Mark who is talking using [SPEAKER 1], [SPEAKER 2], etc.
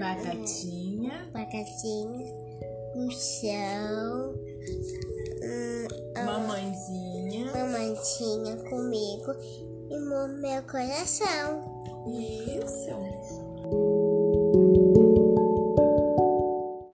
[SPEAKER 1] batatinha,
[SPEAKER 2] batatinha, o um chão, hum, a
[SPEAKER 1] mamãezinha
[SPEAKER 2] mamãezinha comigo e mo- meu coração.
[SPEAKER 1] Isso.